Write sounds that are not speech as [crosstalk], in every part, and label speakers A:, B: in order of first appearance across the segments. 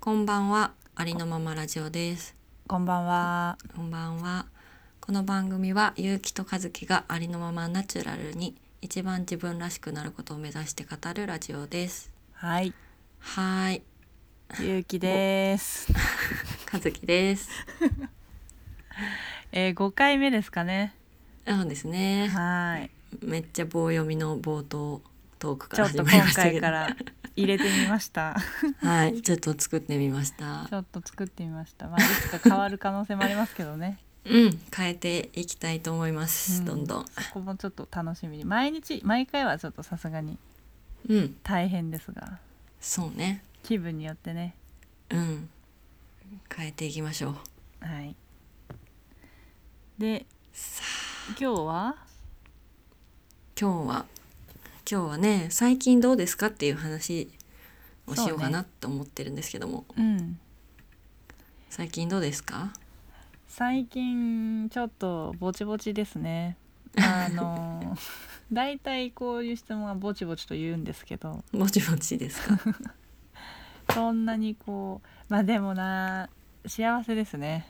A: こんばんは、ありのままラジオです。
B: こんばんは。
A: こんばんは。この番組はゆうきとかずきがありのままナチュラルに一番自分らしくなることを目指して語るラジオです。
B: はい、
A: はーい、
B: ゆうきです。
A: かずきです。
B: えー、五回目ですかね。
A: そうですね。
B: はい。
A: めっちゃ棒読みの冒頭トークか
B: ち
A: ら
B: ょっ
A: 始
B: と
A: ま
B: 今
A: りましたけ
B: 回
A: ど
B: か。ら入れてみま [laughs] した。
A: はい、ちょっと作ってみました
B: ち。ょっと作ってみました。まあいつか変わる可能性もありますけどね。
A: うん、変えていきたいと思います。
B: うん
A: どんどん。
B: そこもちょっと楽しみに。毎日毎回はちょっとさすがに
A: うん、
B: 大変ですが、
A: そうね。
B: 気分によってね。
A: うん。変えていきましょう。
B: はい。で、
A: さ
B: 今日は
A: 今日は今日はね最近どうですかっていう話をしようかなって思ってるんですけども、
B: うん。
A: 最近どうですか
B: 最近ちょっとぼちぼちですねあ
A: [laughs]
B: のだいたいこういう質問はぼちぼちと言うんですけど
A: もちもちですか [laughs]
B: そんなにこうまあでもな幸せですね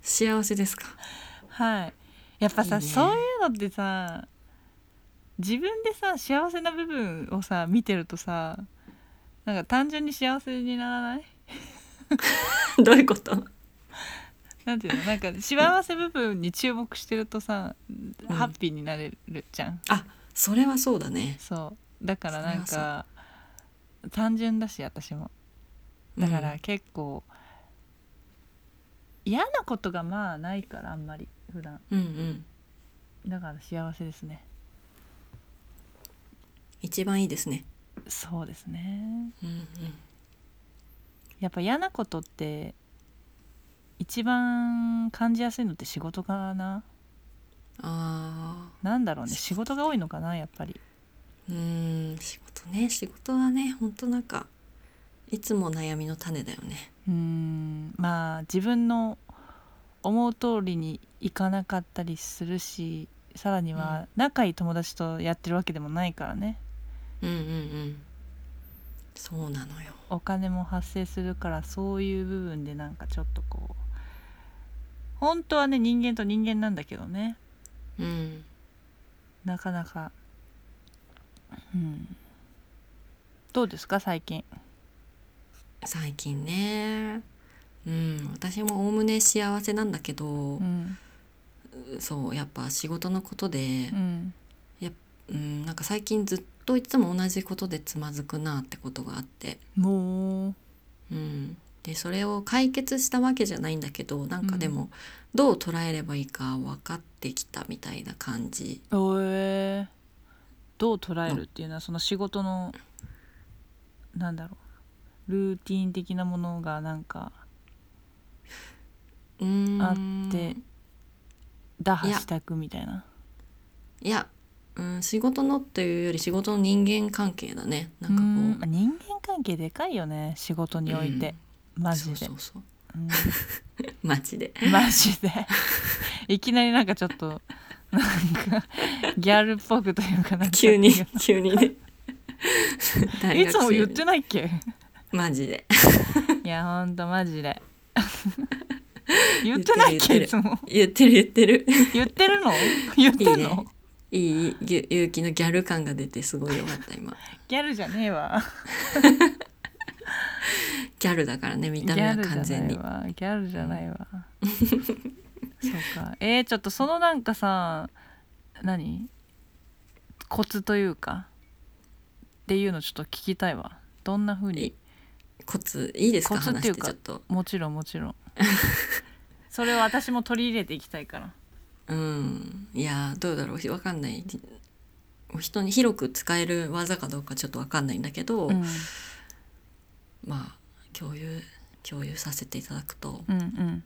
A: 幸せですか [laughs]
B: はいやっぱさ
A: いいね
B: そういうのってさ自分でさ幸せな部分をさ見てるとさなんか単純に幸せにならない
A: どういうこと
B: なんていうのなんか幸せ部分に注目してるとさ、ハッピーになれるじゃん
A: それはそうだね
B: そうだからなん
A: それ
B: か単純だし私もだから結構、嫌なことがまあないからあんまり普段
A: うん、うんうん
B: だから幸せですね
A: 一番いいですね
B: そうですね
A: うんうん
B: やっぱ嫌なことって一番感じやすいのって仕事かな
A: あ
B: なんだろうね仕事が多いのかなやっぱり
A: ーうん仕事ね仕事はねほんとなんかいつも悩みの種だよね
B: うーんまあ自分の思う通りにいかなかったりするしさらに
A: う
B: は仲いい友達とやってるわけでもないからね
A: うんうんうんそうなのよ
B: お金も発生するからそういう部分でなんかちょっとこう本当はね人間と人間なんだけどね
A: うん
B: なかなかうんどうですか最近
A: 最近ねうん私もおおむね幸せなんだけど、
B: うん
A: そうやっぱ仕事のことで
B: う、ん
A: うんなんか最近ずっといつも同じことでつまずくなってことがあって、
B: もう
A: うん、でそれを解決したわけじゃないんだけどなんかでもどう捉えればいいか分かってきたみたいな感じ
B: えーどう捉えるっていうのはその仕事のなんだろうルーティン的なものがなんか
A: うーん
B: あって打破したくみたいない
A: や、うん、仕事のっていうより仕事の人間関係だねな
B: うん
A: かこう。
B: んまあ人間関係でかいよね仕事において、マジで
A: そうそうそう
B: う
A: マジで
B: ん [laughs] マジでいきなりなんかちょっとなんかギャルっぽくという [laughs] かなんか
A: 急に
B: いや
A: [laughs] 急
B: [laughs]
A: にね大
B: い
A: 学
B: つも言って
A: 生
B: ないっけ
A: マジで
B: いやほんとマ
A: [laughs]
B: ジで言ってないっけ
A: 言ってる言ってる
B: いつも
A: 言ってる言ってる
B: 言ってるの言ってんの
A: いいねいいぎゅ勇気のギャル感が出てすごい良かった今
B: ギャルじゃねえわ
A: ギャルだからね見
B: ギ
A: た目
B: ャ
A: は
B: ルじゃ
A: 完全
B: ない
A: に
B: わギャルじゃないわ
A: [laughs]
B: そうかえー、ちょっとそのなんかさ何コツというかっていうのちょっと聞きたいわどんな風に
A: いコツいいですか
B: コツっ
A: 話
B: てい
A: し
B: う
A: て
B: か
A: ちょっと
B: もちろんもち
A: [laughs]
B: ろんそれを私も取り入れていきたいから
A: うんいやーどうだろうわかんない人に広く使える技かどうかちょっとわかんないんだけど、
B: うん
A: まあ共有共有させていただくと
B: うんうん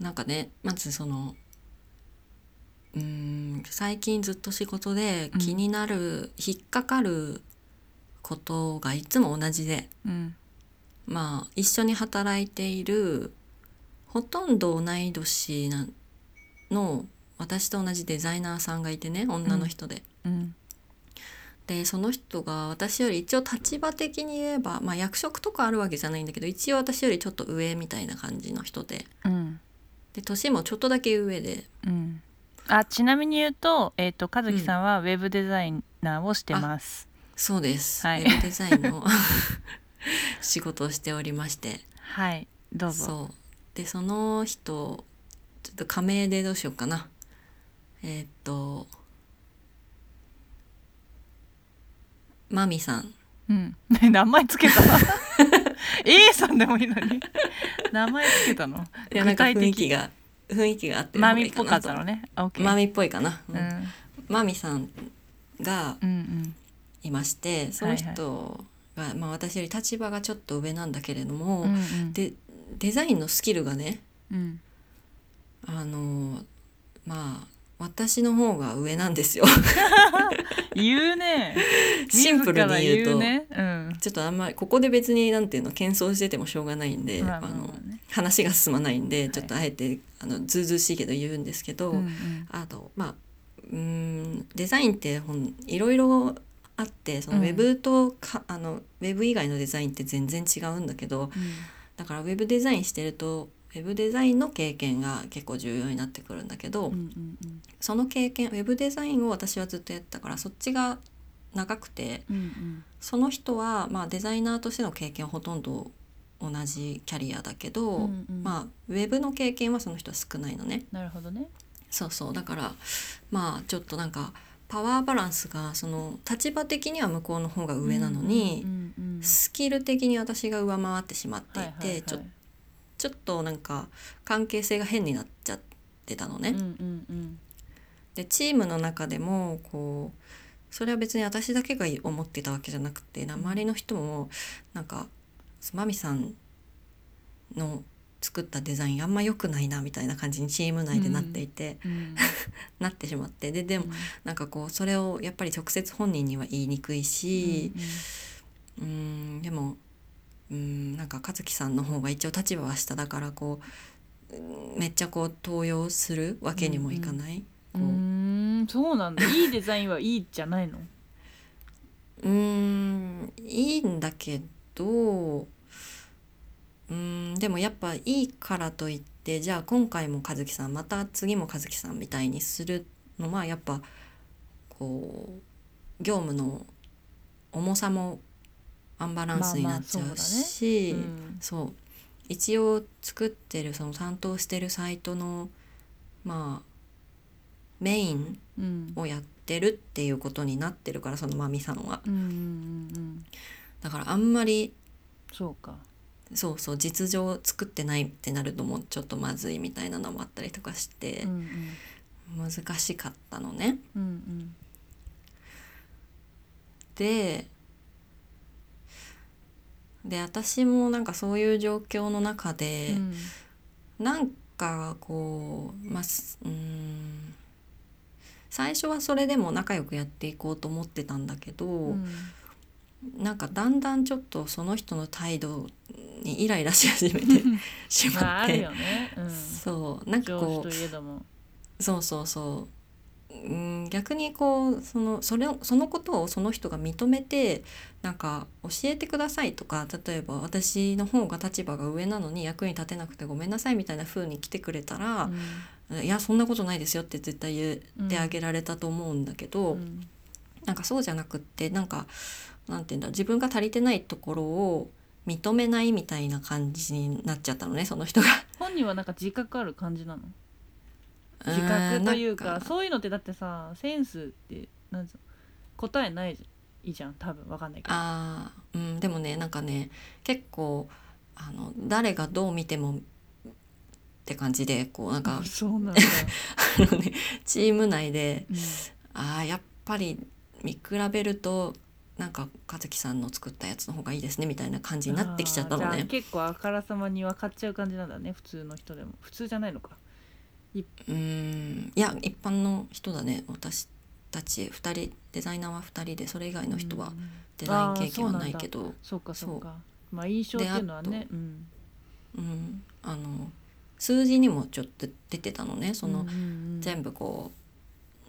A: なんかねまずそのうーん最近ずっと仕事で気になる、引っかかることがいつも同じで
B: うん
A: まあ一緒に働いているほとんど同い年なの私と同じデザイナーさんがいてね女の人で、
B: うん
A: でその人が私より一応立場的に言えば、まあ、役職とかあるわけじゃないんだけど一応私よりちょっと上みたいな感じの人で
B: うん
A: で年もちょっとだけ上で
B: うんあちなみに言うと,、えー、と和樹さんはウェブデザイナーをしてます、
A: そうです、
B: はい
A: ウェブデザイン
B: [laughs]
A: の仕事をしておりまして
B: はいどうぞ
A: そうでその人ちょっと仮名でどうしようかなえーっとマミさん
B: うん、 [laughs] ね名前つけた A さんでもいいのに名前つけたの
A: いやなんか
B: 具体
A: 雰囲
B: 的
A: 気が雰囲気があって
B: マミっぽかったの
A: ね
B: ねあ OK
A: マミっぽいかな、
B: う
A: うん
B: ん、うん
A: マミさんが
B: うん
A: いましてその人が、まあ、私より立場がちょっと上なんだけれども、
B: うんうん
A: でデザインのスキルがね
B: うん
A: あのまあ私の方が上なん
B: [laughs]
A: ですよ
B: 言うね
A: シンプルに言うと
B: 自らねうん
A: ちょっとあんまりここで別になんていうの謙遜しててもしょうがないんで、
B: まあ
A: あ
B: まあま
A: の
B: あね
A: 話が進まないんで
B: い
A: ちょっとあえて、あのずうずうしいけど言うんですけど、
B: うんうん
A: あとまあうーんデザインってほんいろいろあってその
B: う
A: ウ
B: ん
A: ェブとか、あのウェブ以外のデザインって全然違うんだけどだからウェブデザインしてるとウェブデザインの経験が結構重要になってくるんだけど、
B: うんうんうん
A: その経験ウェブデザインを私はずっとやってたからそっちが長くて
B: うんうん
A: その人は、まあ、デザイナーとしての経験はほとんど同じキャリアだけど、
B: うんうん
A: まあ、ウェブの経験はその人は少ないのね。
B: なるほどね
A: そうそうだからまあちょっとなんかパワーバランスがその立場的には向こうの方が上なのに、
B: うんうんうん
A: スキル的に私が上回ってしまっていて、
B: はいはいはい
A: ちょちょっとなんか関係性が変になっちゃってたのね。
B: うんうんうん
A: でチームの中でもこうそれは別に私だけが思ってたわけじゃなくて周りの人もなんかマミさんの作ったデザインあんま良くないなみたいな感じにチーム内でなっていて、
B: うん
A: なってしまってででもなんかこうそれをやっぱり直接本人には言いにくいし、うーん、でもうーんなんか和樹さんの方が一応立場は下だからこううんめっちゃこう登用するわけにもいかない。
B: うんうんうんうーんそうなんだいいデザインはいいじゃないの
A: こううーんいいんだけどうーんでもやっぱいいからといってじゃあ今回も和樹さんまた次も和樹さんみたいにするのはやっぱこう業務の重さもアンバランスになっちゃ
B: まあま
A: う
B: あそうだね
A: し、
B: うん
A: そう一応作ってるその担当してるサイトのまあメイン
B: うん
A: をやってるっていうことになってるからそのまみさんは
B: うんうんうんうん
A: だからあんまり
B: そうか
A: そうそう実情を作ってないってなるともうちょっとまずいみたいなのもあったりとかして
B: うんうん
A: 難しかったのね。
B: うん
A: でで私もなんかそういう状況の中
B: う
A: で、
B: ん
A: なんかこうまあすうーん最初はそれでも仲良くやっていこうと思ってたんだけど、
B: うん
A: なんかだんだんちょっとその人の態度にイライラし始めてし
B: [laughs] まあ
A: ま
B: あ
A: っ
B: る
A: て
B: よ、ねうん
A: そうなんか
B: 上
A: こ
B: 司といえども
A: うそうそうそううん逆にこうそのそれをそのことをその人が認めてなんか教えてくださいとか例えば私の方が立場が上なのに役に立てなくてごめんなさいみたいな風に来てくれたら、いやそんなことないですよって絶対言ってあげられたと思うんだけど、
B: うん
A: なんかそうじゃなくってなんかなんていうんだ自分が足りてないところを認めないみたいな感じになっちゃったのねその人が。
B: 本人はなんか自覚ある感じなの自覚という
A: ーんな
B: か
A: ん
B: そういうのってだってさセンスってなんつうの答えないじゃんいいじゃん多分わかんないけど
A: あーうんでもねなんかね結構あの誰がどう見てもって感じでこうなんか
B: そうなんだ、
A: あのねチーム内で
B: うん
A: ああやっぱり見比べるとなんか和樹さんの作ったやつの方がいいですねみたいな感じになってきちゃったの
B: あーじ
A: ね
B: あ。結構あからさまに分かっちゃう感じなんだね普通の人でも普通じゃないのか
A: うーんいや一般の人だね私たち2人デザイナーは2人でそれ以外の人
B: う
A: は
B: ん
A: デザイン経験はないけど
B: そうかそうかまあ印象っていうのはねうん
A: うん、あの数字にもちょっと出てたのねその、
B: うんうんうん
A: 全部こう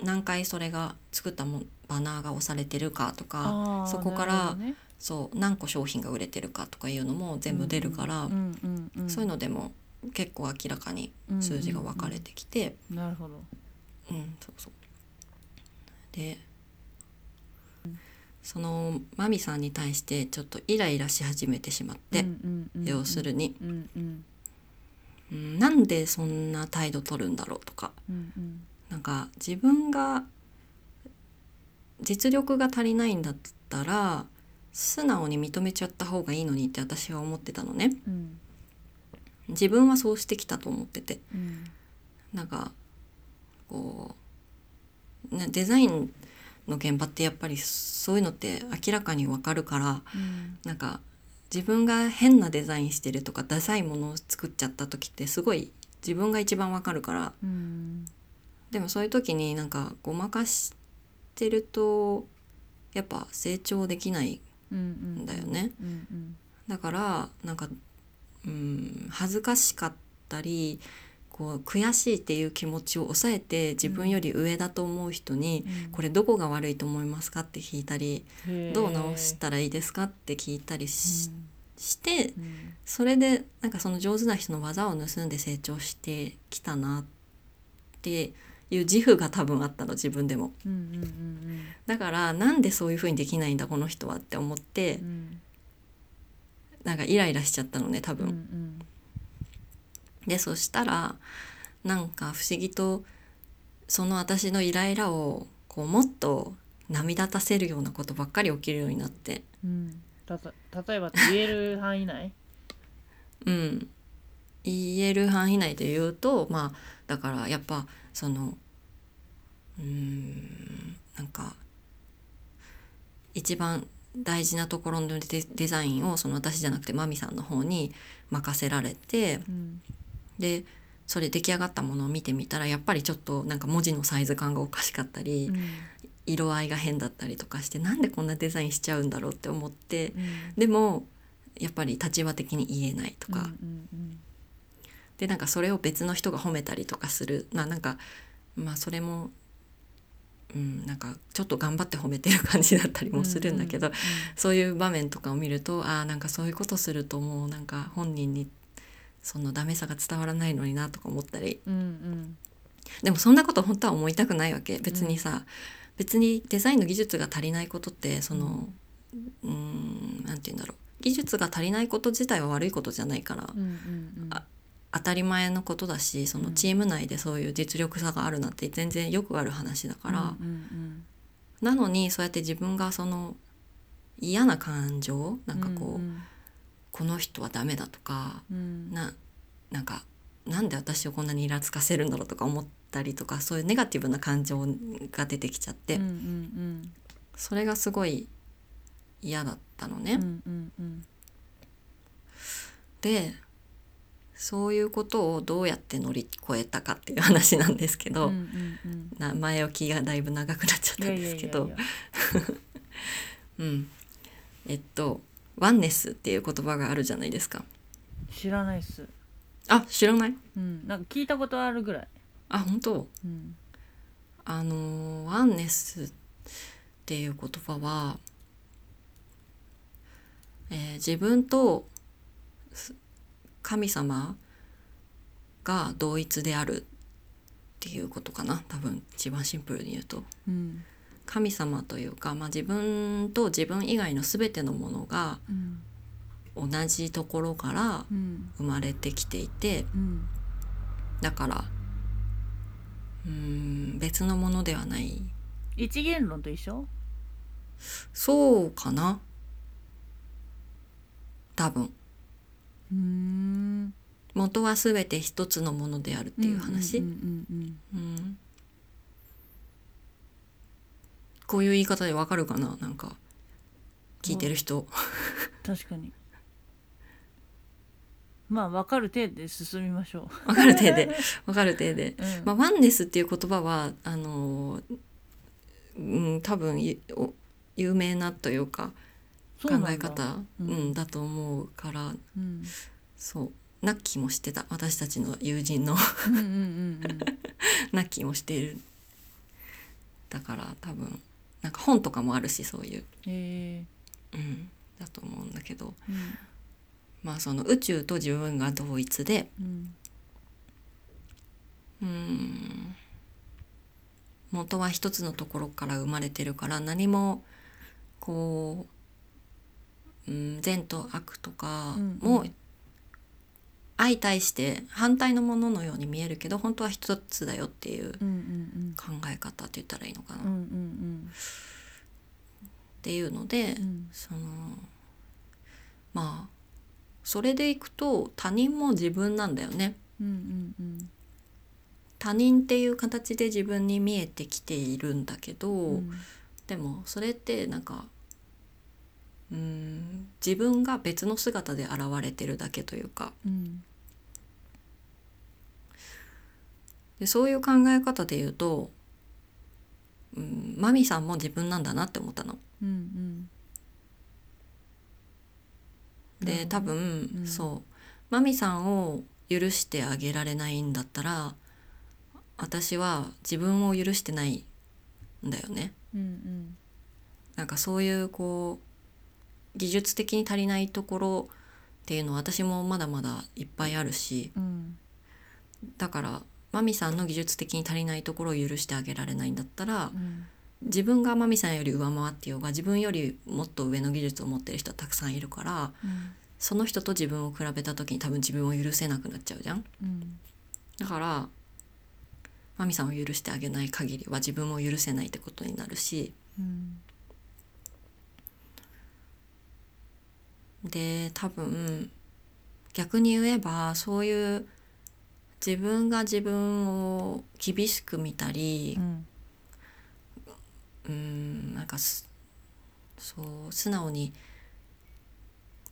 A: 何回それが作ったもんバナーが押されてるかとか
B: あー
A: そこから
B: なるほどね
A: そう何個商品が売れてるかとかいうのも全部出るから、
B: うんうんうん
A: そういうのでも結構明らかに数字が分かれてきて、
B: うんうんうんなるほど
A: うんそうそうでそのマミさんに対してちょっとイライラし始めてしまって、要する
B: に
A: に、
B: うんうん
A: うん、なんでそんな態度取るんだろうとか
B: うんうん
A: なんか自分が実力が足りないんだったら素直に認めちゃった方がいいのにって私は思ってたのね
B: うん
A: 自分はそうしてきたと思ってて
B: うん
A: なんかこうなデザインの現場ってやっぱりそういうのって明らかにわかるから
B: うん
A: なんか自分が変なデザインしてるとかダサいものを作っちゃった時ってすごい自分が一番わかるから
B: うん
A: でもそういう時になんかごまかしてるとやっぱ成長できない
B: うんうん
A: んだよね
B: うんうん
A: だからなんかうん恥ずかしかったりこう悔しいっていう気持ちを抑えて自分より上だと思う人に
B: う
A: 「これどこが悪いと思いますか?」って聞いたり「
B: れ
A: どう直したらいいですか?」って聞いたりし,、して
B: うんうん
A: それでなんかその上手な人の技を盗んで成長してきたなっていう自負が多分あったの自分でも。
B: うんうんうん
A: だからなんでそういう風にできないんだこの人はって思って
B: うんうん
A: なんかイライラしちゃったのね多
B: うんう
A: 分。
B: ん
A: でそしたらなんか不思議とその私のイライラをこうもっと涙立せるようなことばっかり起きるようになって
B: うんたと例えば言える範囲内
A: うん言える範囲内で言うとまあだからやっぱそのうーんなんか一番大事なところのデデザインをその私じゃなくてマミさんの方に任せられて
B: うん
A: でそれ出来上がったものを見てみたらやっぱりちょっとなんか文字のサイズ感がおかしかったり、
B: うん
A: 色合いが変だったりとかしてなんでこんなデザインしちゃうんだろうって思って
B: うん
A: でもやっぱり立場的に言えないとか、
B: うんうん
A: でなんかそれを別の人が褒めたりとかするまあなんかまあそれも。うん、なんかちょっと頑張って褒めてる感じだったり
B: うん
A: もするんだけど、そういう場面とかを見るとああんかそういうことするともうなんか本人にそのダメさが伝わらないのになとか思ったり
B: うんうん
A: でもそんなこと本当は思いたくないわけ別にさ、別にデザインの技術が足りないことってそのうーんなんて言うんだろう技術が足りないこと自体は悪いことじゃないから、
B: うんうんうん
A: あ当たり前のことだしそのチーム内でそういう実力差があるなんて全然よくある話だから、
B: うんうん
A: なのにそうやって自分がその嫌な感情
B: う
A: なん
B: ん
A: かこう、
B: うん
A: この人はダメだとか
B: うん
A: ななんかなんで私をこんなにイラつかせるんだろうとか思ったりとかそういうネガティブな感情が出てきちゃって、
B: うんうん
A: それがすごい嫌だったのね。
B: うんうんうんうん
A: でそういうことをどうやって乗り越えたかっていう話なんですけど、
B: うんうんうん
A: な前置きがだいぶ長くなっちゃったんですけど
B: いやいやいやいや
A: うんえっとワンネスっていう言葉があるじゃないですか。
B: 知らないっす
A: あ知らない
B: うんなんか聞いたことあるぐらい
A: あ本当
B: うん
A: あのーワンネスっていう言葉は、えー自分とす神様が同一であるっていうことかな多分一番シンプルに言うと
B: うん
A: 神様というか、まあ、自分と自分以外の全てのものが
B: うん
A: 同じところから
B: うん
A: 生まれてきていて
B: うん
A: だからうーん別のものではない
B: 一元論と一緒
A: そうかな多分
B: うーん
A: 元は全て一つのものであるっていう話、
B: うん
A: う
B: うん
A: んこういう言い方でわかるかななんか聞いてる
B: [laughs]
A: 人、
B: うん確かにまあ分かる程度で進みましょ
A: わかる程度でわかる程度で、
B: う、うん
A: まあ、ワンネスっていう言葉はあのーうん、多分ゆお有名なというか
B: そ
A: 考
B: うなんだ
A: え方
B: うん
A: うん、だと思うから
B: うん
A: そうナッキーもしてた私たちの友人の [laughs]
B: うんうんうんうん
A: な気もしているだから多分なんか本とかもあるしそういう、
B: え
A: うん、だと思うんだけど、
B: ーうん
A: まあ、その宇宙と自分が同一で
B: うん
A: うん元は一つのところから生まれてるから何もこう、うん、善と悪とか
B: うん
A: も
B: うん
A: 相対して反対のもののように見えるけど本当は一つだよっていう
B: うんうん
A: 考え方って言ったらいいのかな、
B: うんう
A: っ
B: んうん
A: ていうので、
B: うん
A: そのまあそれでいくと他人も自分なんだよね。
B: うんうんうん
A: 他人っていう形で自分に見えてきているんだけど、
B: うん
A: でもそれってなんかうーん自分が別の姿で現れてるだけというか
B: うん
A: でそういう考え方で言うとうんマミさんも自分なんだなって思ったの。
B: うんうんなるほ
A: で
B: ど
A: 多分、
B: うん
A: そうマミさんを許してあげられないんだったら私は自分を許してないんだよね。
B: うん
A: なんかそういうこう技術的に足りないところっていうのは私もまだまだいっぱいあるし、
B: うんうん
A: だからマミさんの技術的に足りないところを許してあげられないんだったら
B: うん
A: 自分がマミさんより上回ってようが自分よりもっと上の技術を持ってる人はたくさんいるから
B: うん
A: その人と自分を比べた時に多分自分を許せなくなっちゃうじゃん。
B: うん
A: だからマミさんを許してあげない限りは自分も許せないってことになるし
B: うん
A: で多分逆に言えばそういう自分が自分を厳しく見たり
B: うん
A: うーんなんかすそう素直に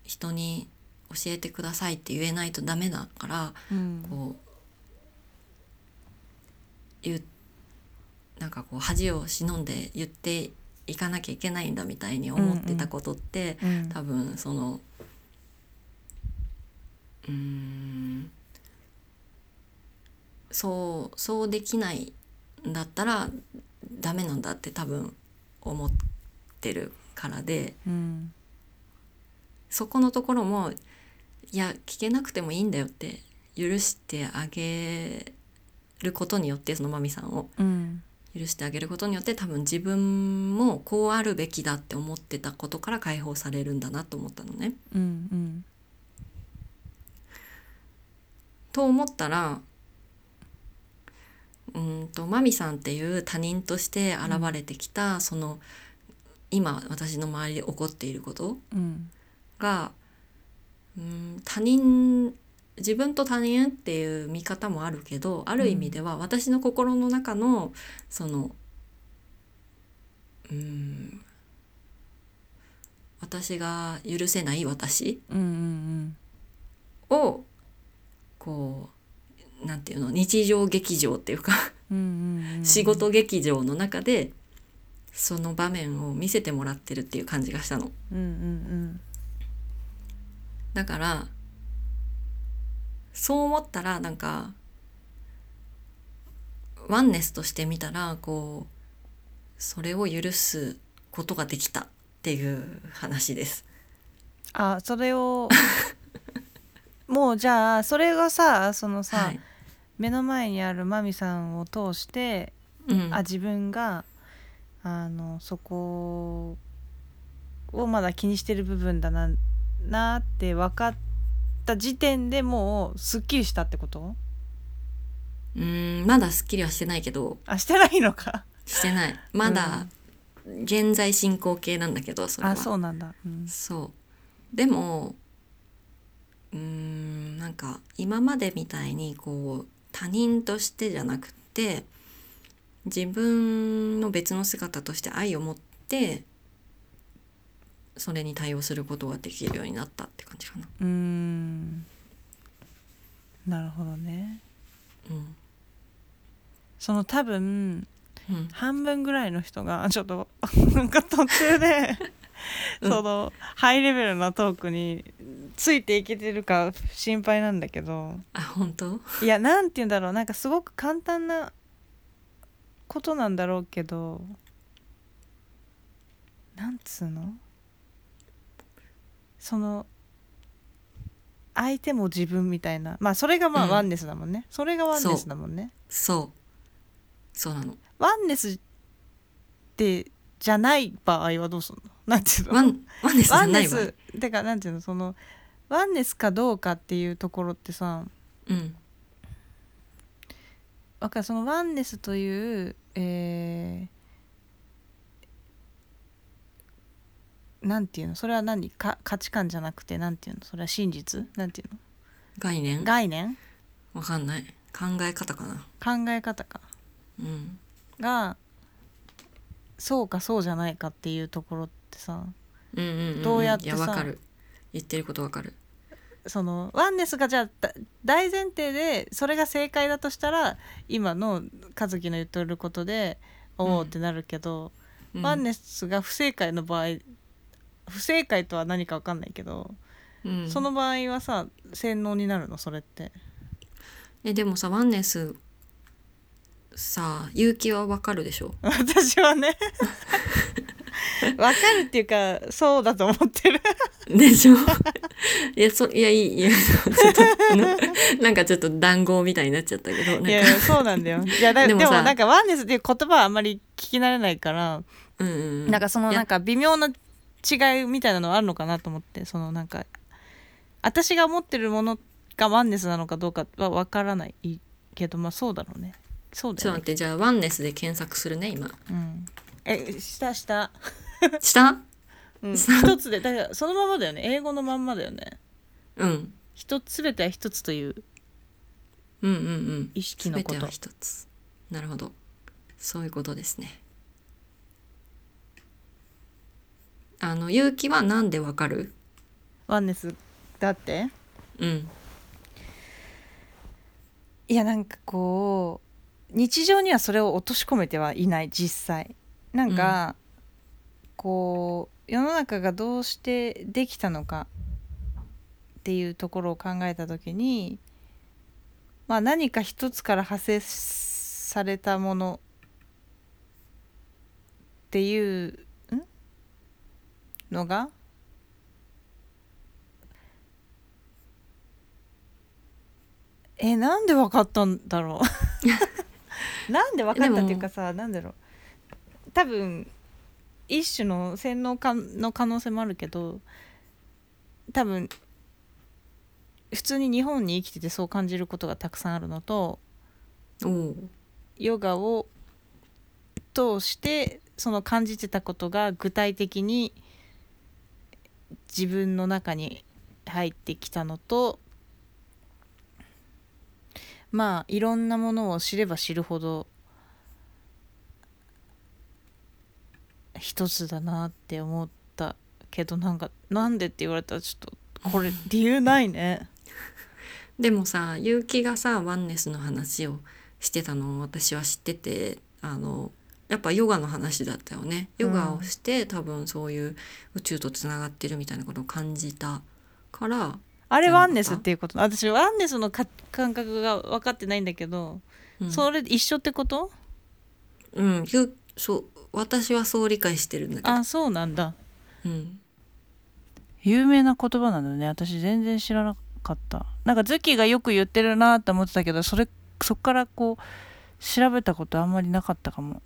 A: 人に教えてくださいって言えないとダメだから
B: うん
A: こう言うなんかこう恥を忍んで言っていかなきゃいけないんだみたいに思ってたことって、
B: うん
A: 多分そのうーんそうそうできないんだったらダメなんだって多分思ってるからで
B: うん
A: そこのところもいや聞けなくてもいいんだよって許してあげることによってそのマミさんを
B: うん
A: 許してあげることによって多分自分もこうあるべきだって思ってたことから解放されるんだなと思ったのね。
B: うんうん
A: と思ったらうーんとマミさんっていう他人として現れてきた、その今私の周りで起こっていること
B: うん
A: がうーん他人自分と他人っていう見方もあるけどある意味では私の心の中のそのうーん私が許せない私
B: うんうん
A: をこうなんていうの日常劇場っていうか、
B: うんうんうん
A: 仕事劇場の中でその場面を見せてもらってるっていう感じがしたの。
B: うんうん
A: だからそう思ったらなんかワンネスとして見たらこうそれを許すことができたっていう話です。
B: あそれをもうじゃあそれがさそのさ、
A: はい、
B: 目の前にあるマミさんを通して、
A: うん
B: あ自分があのそこをまだ気にしてる部分だななって分かった時点でもうすっきりしたってこと
A: うーんまだすっきりはしてないけど
B: あしてないのか
A: してないまだ現在進行形なんだけどそれは
B: [laughs] あそうなんだ、うん、
A: そうでもうーんなんか今までみたいにこう他人としてじゃなくて自分の別の姿として愛を持ってそれに対応することができるようになったって感じかな。
B: うーんなるほどね
A: うん
B: その多分
A: うん
B: 半分ぐらいの人が [laughs] ちょっとなんか途中で、
A: うん
B: そのハイレベルなトークについていけてるか心配なんだけど
A: あ本当
B: いやなんて言うんだろうなんかすごく簡単なことなんだろうけどなんつうのその相手も自分みたいなまあそれがまあ
A: うん
B: ワンネスだもんね、それがワンネスだもんね
A: そうそうなの
B: ワンネスってじゃない場合はどうすんのなんていうの
A: ワンワンネスじ
B: ワ
A: ゃ
B: ン
A: な
B: ネ
A: いわ
B: スてかなんていうのそのワンネスかどうかっていうところってさ
A: うん
B: わかるそのワンネスという、えーなんていうのそれは何か価値観じゃなくてなんていうのそれは真実なんていうの
A: 概念
B: 概念
A: わかんない考え方かな
B: 考え方か
A: うん
B: がそうかそうじゃないかっていうところってさ
A: うんうんんん
B: どうやって
A: いや
B: さ
A: わかる言ってることわかる
B: そのワンネスがじゃあだ大前提でそれが正解だとしたら今の和樹の言っとることでおお
A: うん
B: ってなるけど、
A: うん
B: ワンネスが不正解の場合不正解とは何か分かんないけど、
A: うん
B: その場合はさ洗脳になるのそれって
A: えでもさワンネスさあ勇気はわかるでしょ [laughs]
B: 私はね分かるっていうかそうだと思ってる
A: でしょ [laughs] いやそいやいいいや [laughs] ちょっとあの [laughs] なんかちょっと談合みたいになっちゃったけどなん
B: い
A: か
B: やいやそうなんだよいやだ
A: で
B: で
A: も
B: も
A: さ
B: なんかワンネスっていう言葉はあんまり聞き慣れないから、
A: うんうんうん
B: なんかその
A: いや
B: なんか微妙な違いみたいなのあるのかなと思ってそのなんか私が思ってるものがワンネスなのかどうかは分からないけどまあそうだろうねそうだ
A: ちょっ
B: よ
A: と待
B: ね
A: ってじゃあワンネスで検索するね今
B: うん、え下下、
A: した
B: うん、
A: 下
B: 一つでだからそのままだよね英語のまんまだよね
A: うん
B: 一つ全ては一つという
A: うんうんうん
B: 意識の
A: 全
B: こ
A: て
B: と
A: は一つなるほどそういうことですねあの勇気はなんでわかる
B: ワンネスだって
A: うん
B: いやなんかこう日常にはそれを落とし込めてはいない実際なんか、こう世の中がどうしてできたのかっていうところを考えた時に、まあ、何か一つから派生されたものっていうんのがえなんで分かったんだろうなんで分かったっていうかさなんだろう多分一種の洗脳かの可能性もあるけど多分普通に日本に生きててそう感じることがたくさんあるのと
A: おお
B: ヨガを通してその感じてたことが具体的に自分の中に入ってきたのとまあいろんなものを知れば知るほど一つだなって思ったけどなんかなんでって言われたらちょっとこれ理由ないね。
A: でもさ結城がさワンネスの話をしてたのを私は知っててあのやっぱヨガの話だったよねヨガをして、多分そういう宇宙とつながってるみたいなことを感じたから
B: あれ
A: じゃなかった
B: ワンネスっていうこと私ワンネスのか感覚が分かってないんだけど、
A: うん
B: それ一緒ってこと
A: うんゆそう私はそう理解してるんだけ
B: あそうなんだ
A: ど、うん、
B: 有名な言葉なんだよね私全然知らなかったなんかズキがよく言ってるなと思ってたけどそれそっからこう調べたことあんまりなかったかも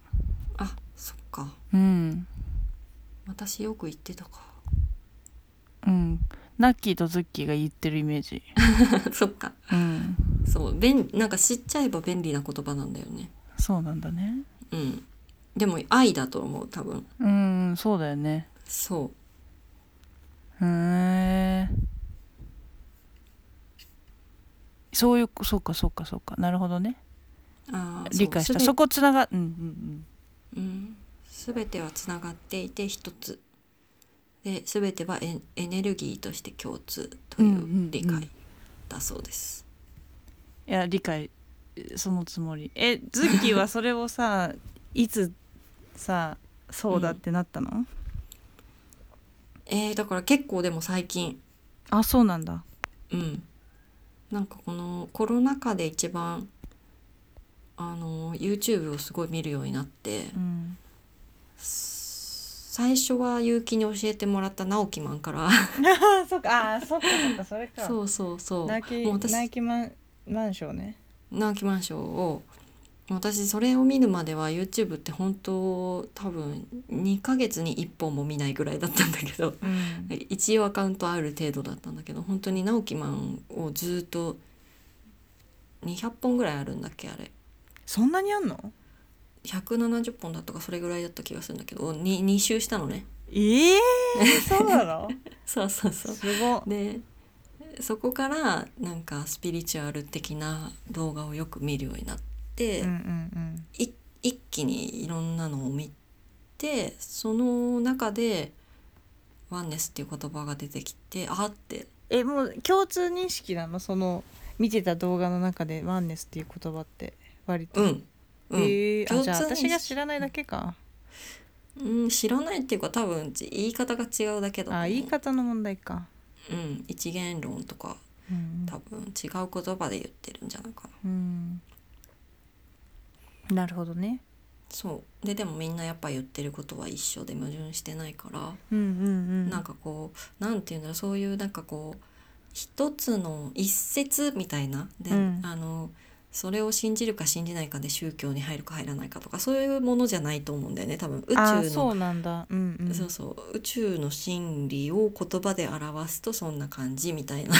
A: あそっか
B: うん
A: 私よく言ってたか
B: うんナッキーとズッキーが言ってるイメージ
A: [laughs] そっか
B: うん
A: そう便なんか知っちゃえば便利な言葉なんだよね
B: そうなんだね
A: うんでも愛だと思う多分
B: うんそうだよね
A: そう
B: へえそういうそうかそうかそうかなるほどね
A: あーそう
B: 理解した
A: すべ
B: そこつながうんうん
A: う
B: うん
A: ん、全てはつながっていて一つで全てはエエネルギーとして共通とい
B: んうんう
A: うんう理解だそうです。
B: いや理解そのつもりえズッキーはそれをさ [laughs] いつさそうだってなったの、
A: えーだから結構でも最近、
B: あそうなんだ
A: うん、なんかこのコロナ禍で一番あの YouTube をすごい見るようになって
B: うん
A: そ最初は結城に教えてもらった直樹マンから
B: あーそっかあーそっかそっかそれ
A: [laughs]
B: か
A: そうそうそう
B: ナイキ
A: もう私
B: ナイキマンマンションね
A: 直木マンションを私それを見るまでは YouTube って本当多分2ヶ月に1本も見ないぐらいだったんだけど [laughs]
B: うん
A: 一応アカウントある程度だったんだけど本当に直木マンをずっと200本ぐらいあるんだっけあれ
B: そんなにあんの
A: 170本だったかそれぐらいだった気がするんだけど 2, 2周したのね
B: ええー、そうな [laughs] の
A: そうそうそう
B: すごっ
A: でそこからなんかスピリチュアル的な動画をよく見るようになって、
B: うんうん
A: い一気にいろんなのを見てその中で「ワンネス」っていう言葉が出てきてあって
B: うんえもう共通認識なのその見てた動画の中でワンネスっていう言葉って割と、
A: うん、うん
B: えー、あじゃあ
A: 共通認識
B: 私が知らないだけか、
A: うん、知らないっていうか多分ち言い方が違うだけだと思う
B: あ言い方の問題か、
A: うん、一元論とか
B: うん
A: 多分違う言葉で言ってるんじゃないかな
B: うん、なるほどね
A: そうででもみんなやっぱ言ってることは一緒で矛盾してないから
B: うんうんうん
A: なんかこうなんていうんだろうそういうなんかこう一つの一節みたいなで、
B: うん
A: あのそれを信じるか信じないかで宗教に入るか入らないかとかそういうものじゃないと思うんだよね多分宇宙
B: あ
A: の
B: ーそうなんだうんうん
A: そうそう宇宙の真理を言葉で表すとそんな感じみたいな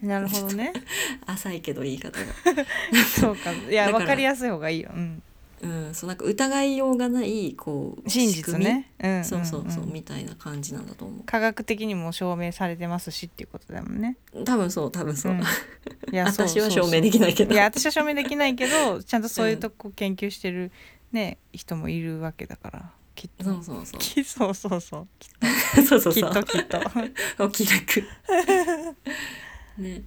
A: [laughs]
B: なるほどね
A: 浅いけど言い方が、
B: そうかいや
A: だから
B: わかりやすい方がいいよ、うん、
A: うん、そうなんか疑いようがないこう
B: 真実ね、うんうんうん
A: 仕組みそうそうそうみたいな感じなんだと思
B: 科学的にも証明されてますしっていうことだもんね
A: う多分そう多分そう、
B: うんいやそ
A: [laughs]
B: う
A: 私は
B: そ
A: 証
B: うそう
A: 明できないけど
B: いや私は証明できないけどちゃんとそういうとこ研究してるね、人もいるわけだからきっと
A: そうそうそう
B: き [laughs] そうそうそうきっ
A: [laughs] そうそう
B: とき
A: そ
B: っ
A: う
B: ときっと
A: お気楽ね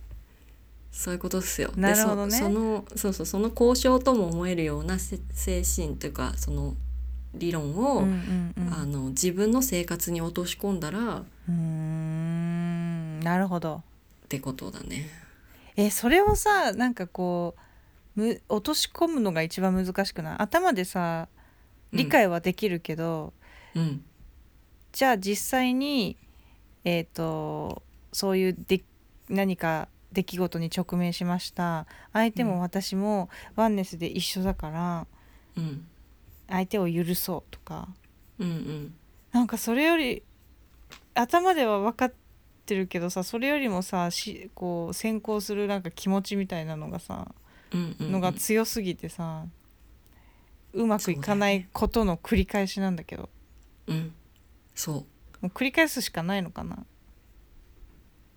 A: そういうことですよで
B: なるほどね
A: そそのそうそうその交渉とも思えるようなせ精神というかその理論を、
B: うんうんうん
A: あの自分の生活に落とし込んだらっ
B: うーんなるほど
A: てことだね
B: えそれをさなんかこうむ落とし込むのが一番難しくない頭でさ理、解はできるけど、
A: うん
B: じゃあ実際にえっ、とそういうで何か出来事に直面しました相手
A: うん
B: も私もワンネスで一緒だから、
A: うん、
B: 相手を許そうとか
A: うんうん
B: なんかそれより頭では分かってるけどさそれよりもさしこう先行するなんか気持ちみたいなのがさ
A: うんうんうん
B: のが強すぎてさ、うまくいかないことの繰り返しなんだけど
A: うんそ
B: もう繰り返すしかないのかな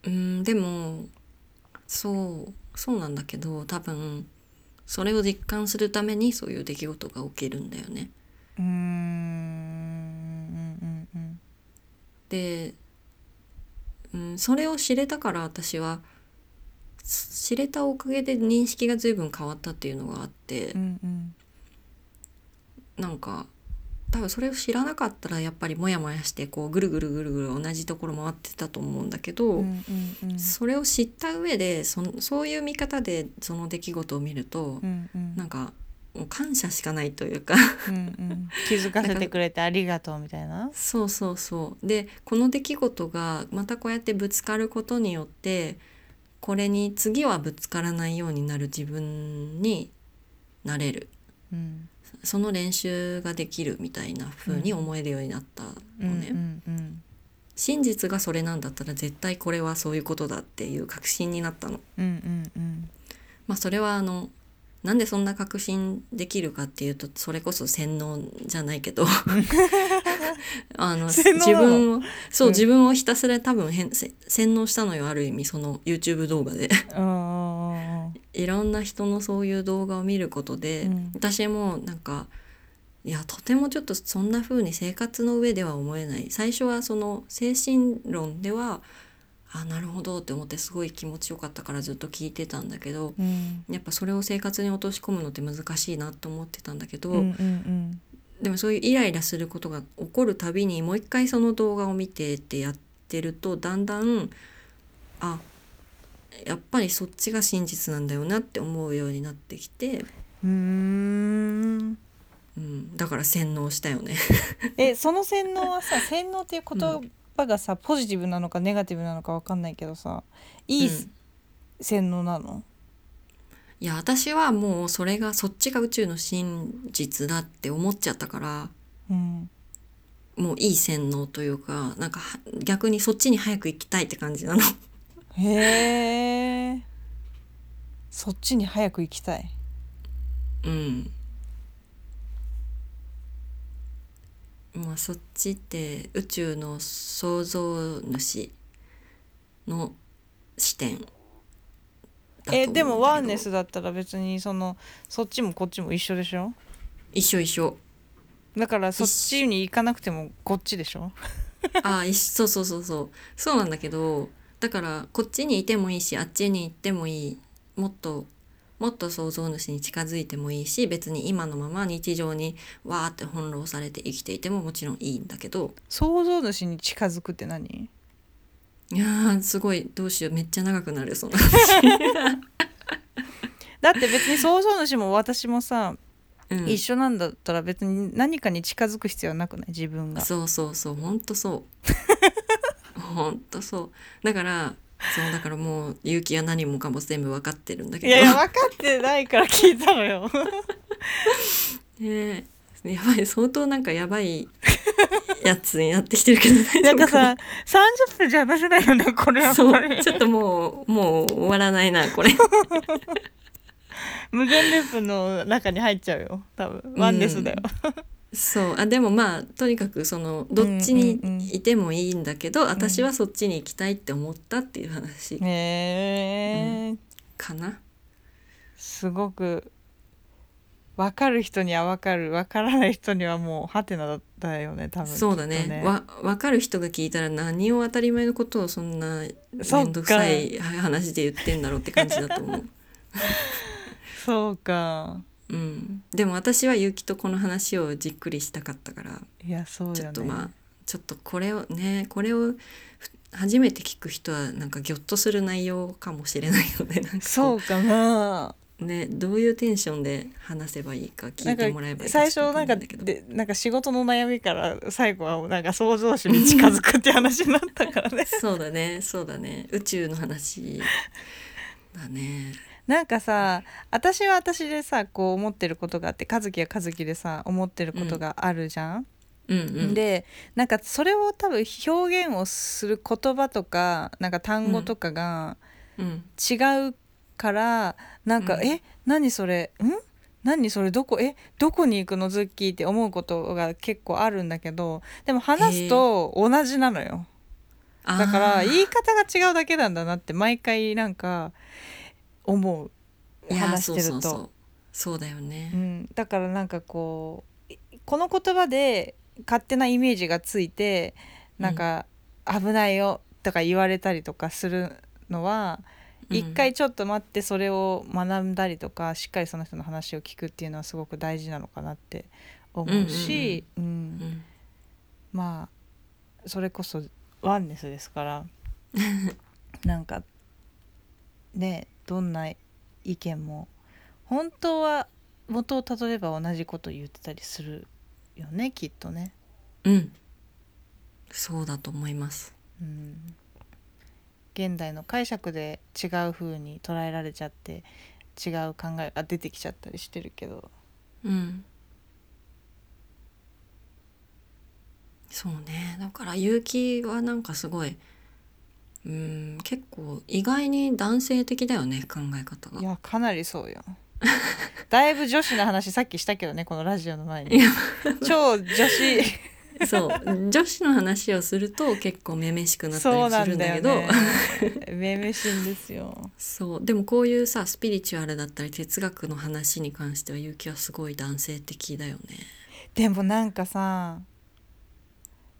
A: ううんでもそうそうなんだけど多分それを実感するためにそういう出来事が起きるんだよね
B: うーんうんうんうん
A: で、うん、それを知れたから私は知知れたおかげで認識が随分変わったっていうのがあって
B: うんうん
A: なんか多分それを知らなかったらやっぱりモヤモヤしてこうぐるぐるぐるぐる同じところ回ってたと思うんだけど、
B: うんうんうん
A: それを知った上でそのそういう見方でその出来事を見ると
B: う、んうん
A: なんかもう感謝しかないというか
B: うんうん気づかせてくれてありがとうみたいな。
A: そうそうそうでこの出来事がまたこうやってぶつかることによってこれに次はぶつからないようになる自分になれる
B: うん
A: その練習ができるみたいな風に思えるようになったのね、
B: うんうんうん
A: 真実がそれなんだったら絶対これはそういうことだっていう確信になったの。
B: うんうんうん
A: まあ、それはあのなんでそんな確信できるかっていうとそれこそ洗脳じゃないけど
B: [laughs]
A: あの
B: 洗脳な
A: 自
B: の
A: 分をそう、
B: うん
A: 自分をひたすら多分変せ洗脳したのよある意味その YouTube 動画で [laughs]
B: うん
A: いろんな人のそういう動画を見ることで、
B: うん
A: 私もなんかいやとてもちょっとそんな風に生活の上では思えない最初はその精神論ではあなるほどって思ってすごい気持ちよかったからずっと聞いてたんだけど、
B: うん
A: やっぱそれを生活に落とし込むのって難しいなと思ってたんだけど、
B: うんうん
A: でもそういうイライラすることが起こるたびにもう一回その動画を見てってやってるとだんだんあやっぱりそっちが真実なんだよなって思うようになってきて、
B: うんうーん
A: うん、だから洗脳したよね
B: えその洗脳はさ [laughs] 洗脳っていう言葉がさ、ポジティブなのかネガティブなのかわかんないけどさいい
A: うん
B: 洗脳なの、
A: いや私はもうそれがそっちが宇宙の真実だって思っちゃったから
B: うん、
A: もういい洗脳というかなんかは逆にそっちに早く行きたいって感じなの
B: へえそっちに早く行きたい
A: うんまあそっちって宇宙の創造主の視点だと思うんだ
B: え
A: けど
B: でもワーネスだったら別にそのそっちもこっちも一緒でしょ
A: 一緒一緒
B: だからそっちに行かなくてもこっちでしょ
A: ああそうそうそうそうそうなんだけどだからこっちにいてもいいしあっちに行ってもいいもっともっと創造主に近づいてもいいし別に今のまま日常にわーって翻弄されて生きていてももちろんいいんだけど
B: 想像主に近づくって何
A: いやーすごいどうしようめっちゃ長くなる
B: [laughs]
A: その
B: だって別に想像主も私もさ、
A: うん
B: 一緒なんだったら別に何かに近づく必要はなくない自分が
A: そうそうそうほんとそう
B: [laughs]
A: ほんとそうだからそうだからもう勇気や何もかも全部わかってるんだけ
B: い
A: ど
B: やいや分かってないから聞いたの
A: [laughs]
B: よ
A: ねえやばい相当なんかやば
B: [laughs]
A: いやつになってきてるけど大
B: な
A: 丈
B: ん
A: 夫
B: かさ30分じゃ話せないよねこれは
A: そ
B: こ
A: う
B: れ
A: ちょっともうもう終わらないなこ
B: [laughs]
A: れ
B: 無限ループの中に入っちゃうよ多分
A: うん
B: ワンネスだよ、
A: そうあでもまあとにかくそのどっちにいてもいいんだけど、私はそっちに行きたいって思ったっていう話
B: へえ、
A: かな、
B: すごく分かる人には分かる分からない人にはもうハテナだったよね多分
A: そうだ
B: きっと
A: ねわ分かる人が聞いたら何を当たり前のことをそんな
B: そっか
A: 面倒くさい話で言ってんだろうって感じだと
B: [laughs]
A: 思う。
B: そうか
A: うん、でも私は結城とこの話をじっくりしたかったから
B: いやそうだ
A: ち
B: よ
A: ょ
B: ね
A: っとまあちょっとこれをねこれをふ初めて聞く人はなんかギョッとする内容かもしれないのでなんかこ
B: そうかな
A: うねどういうテンションで話せばいいか聞いてもらえばいい
B: 最初なんか
A: ちょっとわんい
B: でなんか仕事の悩みから最後はなんか創造主に近づくって話になったからね
A: [laughs] けどそうだねそうだね宇宙の話だね
B: なんかさ私は私でさこう思ってることがあって和樹は和樹でさ思ってることがあるじゃん、
A: うんうん
B: でなんかそれを多分表現をする言葉とかなんか単語とかが
A: うん
B: 違うから、なんか「
A: うん
B: え何それん何それどこえどこに行くのズッキー」って思うことが結構あるんだけどでも話すと同じなのよ。だから
A: あー
B: 言い方が違うだけなんだなって毎回なんか思う
A: いや
B: 話して
A: そ
B: る
A: うそうそ
B: と
A: うそうだよ
B: う
A: ね
B: んだからなんかこういこの言葉で勝手なイメージがついてなんか「危ないよ」とか言われたりとかするのは
A: うん
B: 一回ちょっと待ってそれを学んだりとかしっかりその人の話を聞くっていうのはすごく大事なのかなって思うしうん
A: うん
B: まあそれこそワンネスですから [laughs] なんかねどんな意見も本当は元をたどれば同じこと言ってたりするよねきっとね。
A: うんそうだと思います
B: うん現代の解釈で違う風に捉えられちゃって違う考えが出てきちゃったりしてるけど
A: うんそうねだから結城はなんかすごいうん結構意外に男性的だよね考え方が
B: いやかなりそ
A: [laughs]
B: うよだいぶ女子の話さっきしたけどねこのラジオの前
A: い
B: に
A: や
B: 超女
A: [laughs]
B: 子
A: そう女子の話をすると結構めめしくなった
B: そう
A: り
B: な
A: する
B: ん
A: ん
B: だ
A: だけ
B: よ
A: どそう,、
B: ね [laughs] めめしいんですよ
A: でもこういうさスピリチュアルだったり哲学の話に関しては結城はすごい男性的だよね
B: でもなんかさ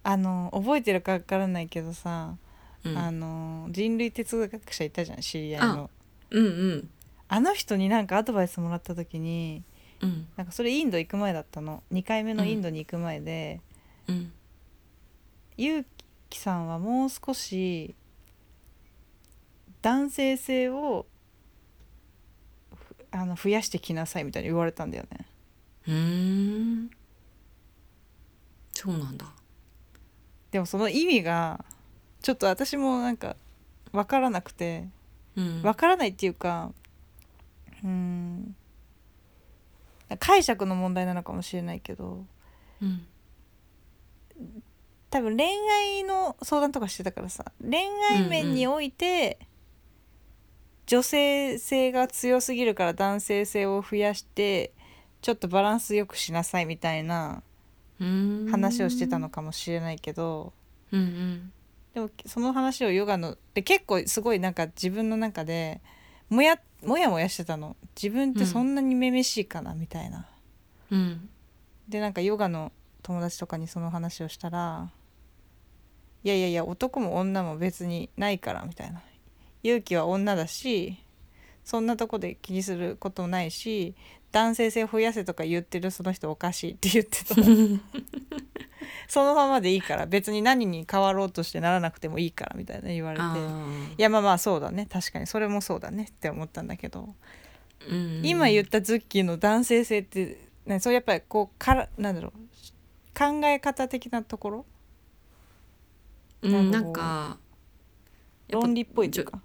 B: あの覚えてるかわからないけどさ、
A: うん
B: あの人類哲学者いたじゃん知り合いの
A: うんうん
B: あの人になんかアドバイスもらった時に
A: うん
B: なんかそれインド行く前だったの2回目のインドに行く前で、
A: うん
B: ゆうきさんはもう少し男性性をふあの増やしてきなさいみたいに言われたんだよね。
A: うーんそうなんだ
B: でもその意味がちょっと私もなんか分からなくて
A: うん
B: 分からないっていうかうん解釈の問題なのかもしれないけど
A: うん
B: 多分恋愛の相談とかしてたからさ恋愛面において、女性性が強すぎるから男性性を増やしてちょっとバランスよくしなさいみたいな
A: うーん
B: 話をしてたのかもしれないけど、
A: うんうん
B: でもその話をヨガので結構すごいなんか自分の中でもやもやもやしてたの自分ってそんなにめめしいかな、みたいな。
A: うん
B: でなんかヨガの友達とかにその話をしたら「いやいやいや男も女も別にないから」みたいな「勇気は女だしそんなとこで気にすることもないし男性性増やせとか言ってるその人おかしい」って言ってた
A: [laughs]
B: そのままでいいから別に何に変わろうとしてならなくてもいいからみたいな言われて
A: あ
B: 「
A: ー
B: いやまあまあそうだね確かにそれもそうだね」って思ったんだけど。
A: うん
B: 今言ったズッキーの男性性ってねそうやっぱりこうからなんだろう考え方的なところ
A: うん
B: な
A: なんん
B: か
A: かやっぱ
B: 論理っぽいというか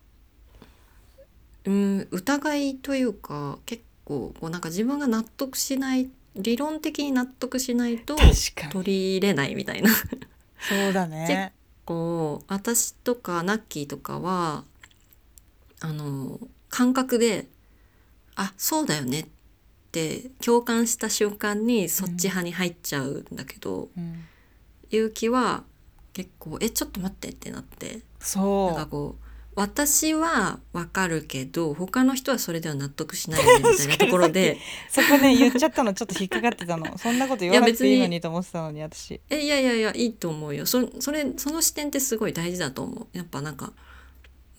A: うん疑いというか結構こうなんか自分が納得しない理論的に納得しないと
B: 確かに
A: 取り入れないみたいな
B: そうだね
A: こう私とかナッキーとかはあの感覚で「あそうだよね」って共感した瞬間にそっち派に入っちゃうんだけど、
B: うん
A: 結城は結構「えちょっと待って」ってなってなんか
B: そ
A: こう私はわかるけど他の人はそれでは納得しないよねみたいなところで
B: うそこね言っちゃったのちょっと引っかかって
A: [laughs]
B: たのそんなこと言わなくていいのにと思ってたのに私
A: 「えいやいやいやいいと思うよそそれその視点ってすごい大事だと思う」やっぱなんか、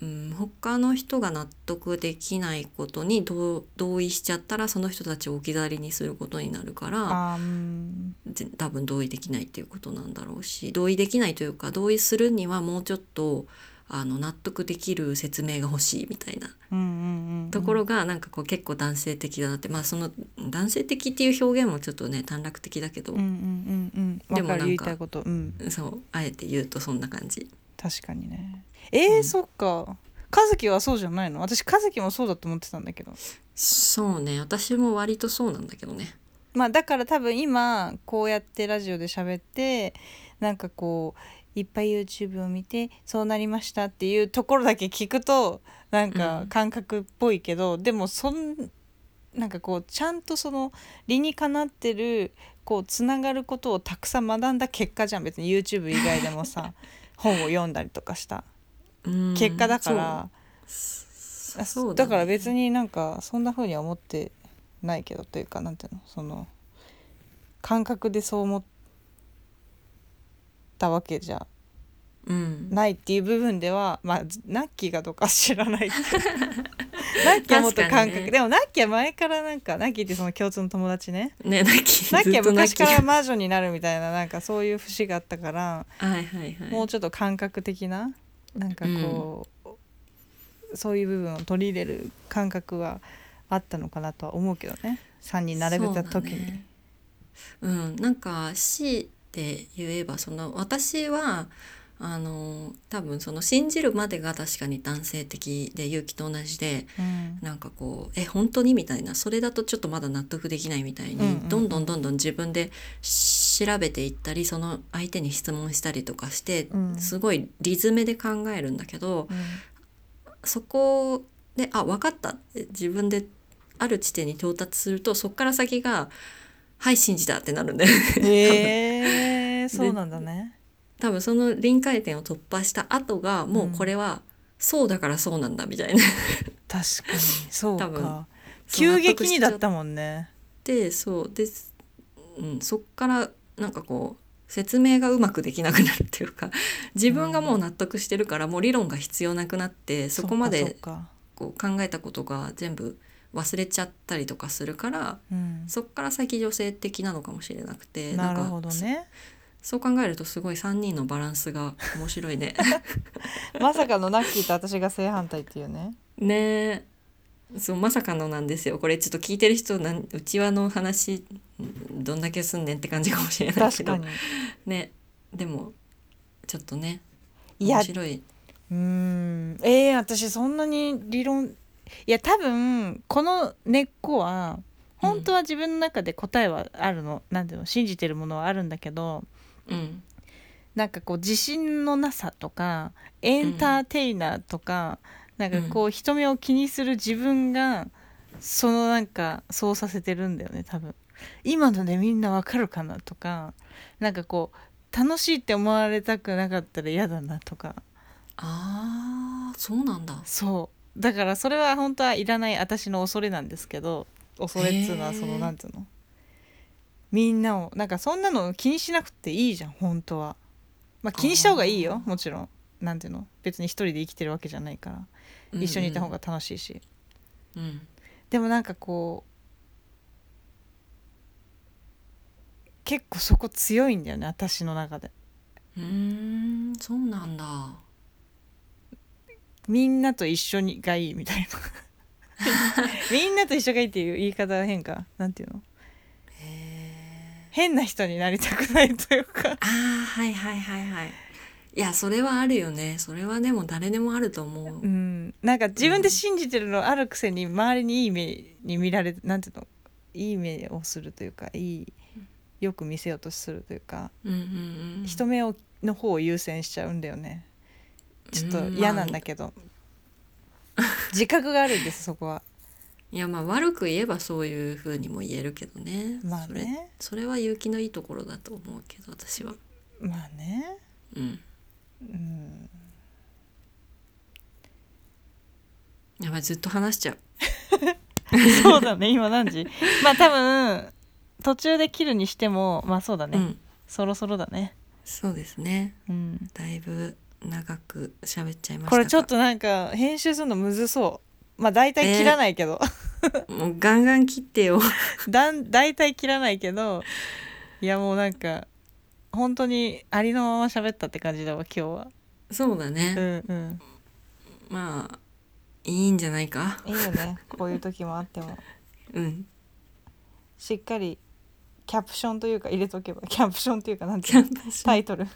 A: うん、他の人が納得できないことに同同意しちゃったらその人たちを置き去りにすることになるから
B: あーうん
A: ぜ多分同意できないっていうことなんだろうし同意できないというか同意するにはもうちょっとあの納得できる説明が欲しいみたいな。
B: うんうんうん
A: ところがなんかこう結構男性的だなってまあその男性的っていう表現もちょっとね短絡的だけど
B: うんう、んうんうん
A: で
B: わ
A: も
B: か
A: なん
B: る
A: か
B: 言いたいことうん
A: そうあえて言うとそんな感じ
B: 確かにねえー
A: うん
B: そっか和樹はそうじゃないの私和樹もそうだと思ってたんだけど
A: そうね私も割とそうなんだけどね
B: まあだから多分今こうやってラジオで喋ってなんかこういっぱい YouTube を見てそうなりましたっていうところだけ聞くとなんか
A: うん
B: 感覚っぽいけど、でもそんなんかこうちゃんとその理にかなってるこうつながることをたくさん学んだ結果じゃん別に YouTube 以外でも
A: [laughs]
B: さ本を読んだりとかした
A: うん
B: 結果だから、
A: そう
B: あ
A: そう
B: だから別
A: に
B: になんかそんな風には思ってないけどというかなんていうのその感覚でそう思ったわけじゃ
A: うん
B: ないっていう部分ではまあずナッキーがどうか知らないけどナッキーはもっと
A: 確か
B: 感
A: にね
B: 覚、でもナッキーは前からなんかナッキーってその共通の友達ね
A: ねな
B: [laughs]
A: き
B: ナッキーは昔から
A: は
B: 魔女になるみたいななんかそういう節があったから、
A: はいはいはい
B: もうちょっと感覚的ななんかこう、そういう部分を取り入れる感覚はあったのかなとは思うけどね3人並べた時に。
A: そうだねうんなんか C って言えばその私はあの多分その信じるまでが確かに男性的で勇気と同じで [laughs]
B: うん
A: なんかこう「え本当に?」みたいなそれだとちょっとまだ納得できないみたいに、
B: うんうんうん
A: どんどんどんどん自分で調べていったりその相手に質問したりとかして、
B: うん
A: すごい理詰めで考えるんだけどそこで「あ分かった」って自分である地点に到達するとそこから先が「はい信じた」ってなるんで
B: へえそうなんだね。
A: [laughs] 多分その臨界点を突破した後がもうこれは、そうだからそうなんだみたいな。
B: 確かにそう
A: 多分
B: か急激にだったもんね。
A: でそうです、うん、そっからなんかこう説明がうまくできなくなるっていうか [laughs] 自分がもう納得してるからもう理論が必要なくなってそこま
B: そっ
A: で
B: か
A: こう考えたことが全部忘れちゃったりとかするから
B: そっかうん、
A: そっから先女性的なのかもしれなくて
B: なるほど
A: んかそ
B: ね。
A: そう [laughs] 考えるとすごい3人のバランスが面白
B: [laughs]
A: いね。
B: まさかのナッキーと私が正反対っていうね。
A: ねえそうまさかのなんですよこれちょっと聞いてる人なんうちわの話んどんだけすんねんって感じかもしれないけ
B: 確
A: ど
B: かに
A: ねでもちょっとね
B: いや
A: 面白い、
B: うーんえー、私そんなに理論いや多分この根っこは本当は自分の中で答えはあるの、なんていうの信じてるものはあるんだけど
A: うん、
B: なんかこう自信のなさとかエンターテイナーとか、なんかこう人目を気にする自分がそのなんかそうさせてるんだよね多分今のでみんなわかるかなとかなんかこう楽しいって思われたくなかったら嫌だなとか
A: あーそうなんだ
B: そうだからそれは本当はいらない私の恐れなんですけど恐れっつうのはそ
A: へ
B: の
A: ー
B: なんつうのみんなをなんかそんなの気にしなくていいじゃん本当はまあ気にした方がいいよ
A: あー
B: もちろんなんていうの別に一人で生きてるわけじゃないから一緒にいた方が楽しいし、
A: うん、うん
B: でもなんかこう結構そこ強いんだよね私の中で
A: うーんそうなんだ
B: みんなと一緒にがいいみたいな
A: [laughs]
B: みんなと一緒がいいっていう言い方は変かなんていうの
A: へー
B: 変な人になりたくないというか
A: あーはいはいはいはいいやそれはあるよねそれはでも誰でもあると思う、
B: うんなんか自分で信じてるのあるくせに周りにいい目に見られなんていうのいい目をするというかいいよく見せようとするというか、
A: うんうんうん、
B: 人目をの方を優先しちゃうんだよねちょっと嫌なんだけど、自覚があるんですそこは。
A: いやまあ悪く言えばそういうふうにも言えるけどね,、
B: ま
A: [laughs]
B: あね
A: それそれは勇気のいいところだと思うけど私は
B: まあね
A: うん
B: うん
A: やばいずっと話しちゃう
B: [laughs] そうだね今何時まあ多分途中で切るにしてもまあそうだね、
A: うん
B: そろそろだね、
A: そうですね
B: うん、
A: だいぶ長く喋っちゃいましたが
B: これちょっとなんか編集するのむずそうまあ大体切らないけど、
A: もうガンガン切ってよ
B: [laughs] だん大体切らないけどいやもうなんか本当にありのまま喋ったって感じだわ今日は
A: [laughs] そうだ
B: う
A: ね、
B: んうん
A: まあいいんじゃないか
B: いいよねこういう時もあっても
A: うん
B: しっかりキャプションというか入れとけばキャプションというかなんて
A: キ
B: い
A: ャ
B: うの
A: ンパス
B: タイトル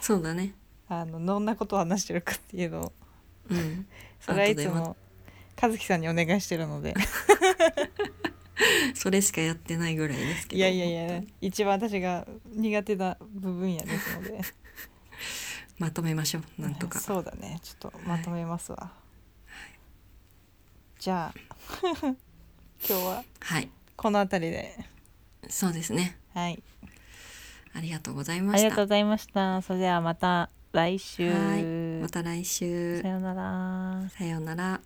A: そうだね
B: あのどんなことを話してるかっていうのを
A: うん
B: それはいつ
A: 後でま
B: も和樹さんにお願いして
A: [laughs]
B: るので
A: それしかやってないぐらいですけど
B: いやいやいや一番私が苦手な部分やですので
A: まとめましょ [laughs] うなんとか
B: そうだねちょっとまとめますわ、じゃあ [laughs] 今日は
A: はい
B: この辺りで
A: そうですね
B: はい
A: ありがとうございま
B: あ
A: した
B: りがとうございましたそれではまた来週
A: はいまた来週
B: さようなら
A: さようなら